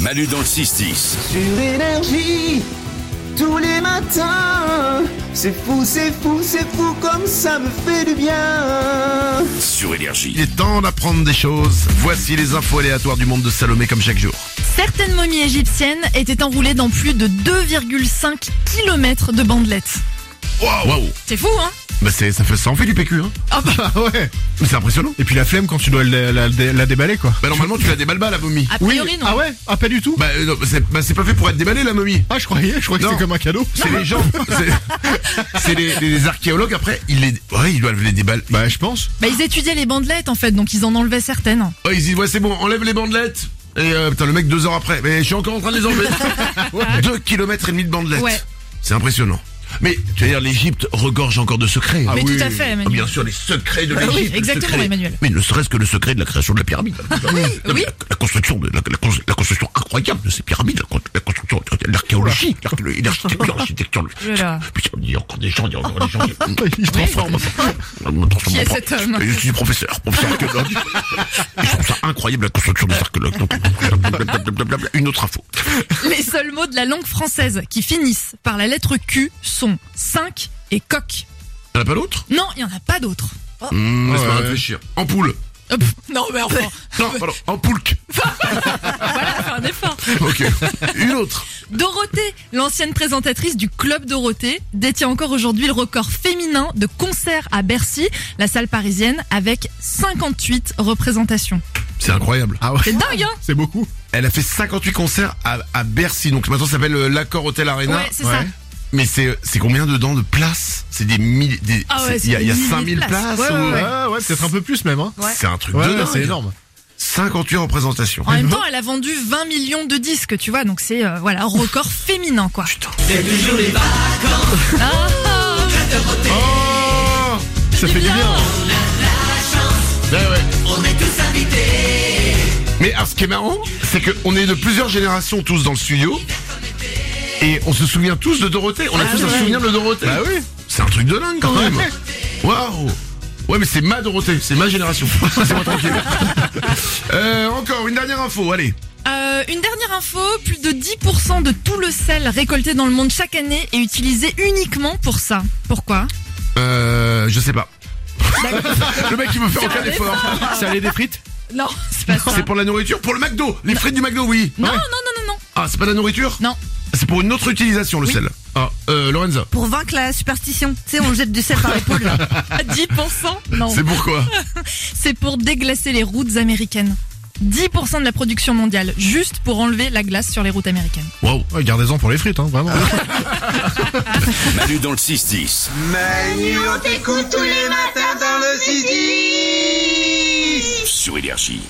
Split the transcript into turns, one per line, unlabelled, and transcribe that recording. Manu dans le 6-10.
Sur énergie, tous les matins. C'est fou, c'est fou, c'est fou comme ça me fait du bien.
Sur Énergie.
Il est temps d'apprendre des choses. Voici les infos aléatoires du monde de Salomé comme chaque jour.
Certaines momies égyptiennes étaient enroulées dans plus de 2,5 km de bandelettes.
Waouh
C'est fou, hein
Bah c'est, ça fait ça en fait du PQ hein.
Ah bah,
ouais.
Mais c'est impressionnant.
Et puis la flemme quand tu dois la, la- la- la déballer quoi.
Bah normalement tu la déballes pas la momie.
a priori, non.
Ah ouais Ah pas du tout
Bah, euh, non, c'est, bah, c'est pas fait pour être déballée la momie.
Ah je croyais, je croyais que
Non.
c'était comme un cadeau.
C'est les gens. C'est, c'est les, les archéologues après ils les ouais ils doivent les déballer. Bah
Bah je pense.
Bah, ils étudiaient les bandelettes, en fait, donc ils en enlevaient certaines.
ouais, Oh, ils disent ouais c'est bon enlève les bandelettes. Et euh, putain le mec deux heures après mais je suis encore en train de les enlever. Deux kilomètres et demi de bandelettes.
Ouais.
C'est impressionnant. Mais tu vas dire l'Égypte regorge encore de secrets.
Mais tout à fait,
Ah,
Emmanuel.
bien sûr, les secrets de
Ah
l'Égypte.
oui,
le
exactement,
secret.
Emmanuel.
Mais ne serait-ce que le secret de la création de la pyramide. Non, mais la, la construction, de, la, la cons- la construction incroyable de ces pyramides, la, con- la construction, l'archéologie, l'archéologie, l'architecture, l'architecture.
Oh là là.
Putain, il y a encore des gens, il y a encore des gens.
Il se transforme.
Qui est cet homme
Je suis professeur, professeur archéologue. Et je trouve ça incroyable la construction des archéologues. Donc, blablabla, Une autre info.
Les seuls mots de la langue française qui finissent par la lettre Q sont 5 et coq.
T'en as pas d'autre
Non, il n'y en a pas d'autres. Oh.
Hum, Laisse-moi
Mmh, Ouais.
réfléchir. En poule.
Hop, Oh, non, mais enfin,
Non, pardon, en poulque.
voilà, faire un effort.
Ok. Une autre.
Dorothée, l'ancienne présentatrice du Club Dorothée, détient encore aujourd'hui le record féminin de concert à Bercy, la salle parisienne, avec 58 représentations.
C'est incroyable.
Ah ouais.
C'est dingue, hein
C'est beaucoup.
Elle a fait 58 concerts à, à Bercy. Donc maintenant, ça s'appelle euh, l'Accord Hotel Arena.
Ouais, c'est ça.
Mais c'est c'est combien dedans de places C'est des milliers. des-
Ah ouais,
c'est-
c'est
Il y a, il y a
des milliers de
5000 places.
places. Ouais, ouais,
ou-
ouais.
Ah ouais, peut-être un peu plus même hein.
Ouais.
C'est un truc
Ouais,
de
ouais,
dingue.
c'est énorme.
58 représentations.
En même temps, elle a vendu 20 millions de disques, tu vois, donc c'est, euh, voilà, record féminin, quoi. Ah,
Oh
Ça fait du bien.
Mais alors, ce qui est marrant, c'est qu'on est de plusieurs générations tous dans le studio. Et on se souvient tous de Dorothée.
Ah
On a tous un souvenir de Dorothée.
Bah oui.
C'est un truc de dingue quand même.
Ouais.
Waouh Ouais mais c'est ma Dorothée, c'est ma génération. c'est moi tranquille. Euh, encore une dernière info, allez.
Euh, une dernière info, plus de 10% de tout le sel récolté dans le monde chaque année est utilisé uniquement pour ça. Pourquoi
Euh, je sais pas. le mec il me fait aucun
un
effort.
Ça allait des frites
Non, c'est pas ça.
C'est pour la nourriture, pour le McDo, les frites du McDo, oui.
Non,
Ouais.
non, non, non, non.
Ah, c'est pas de la nourriture
Non.
C'est pour une autre utilisation le sel. Ah, euh, Lorenza.
Pour vaincre la superstition, tu sais, on jette du sel par l'épaule.
10% Non.
C'est pourquoi
C'est pour déglacer les routes américaines. 10% de la production mondiale, juste pour enlever la glace sur les routes américaines.
Wow.
Ouais, Gardez-en pour les frites hein, vraiment.
Manu dans le 6-10.
Manu, on t'écoute tous les matins dans le 6
Sur Énergie.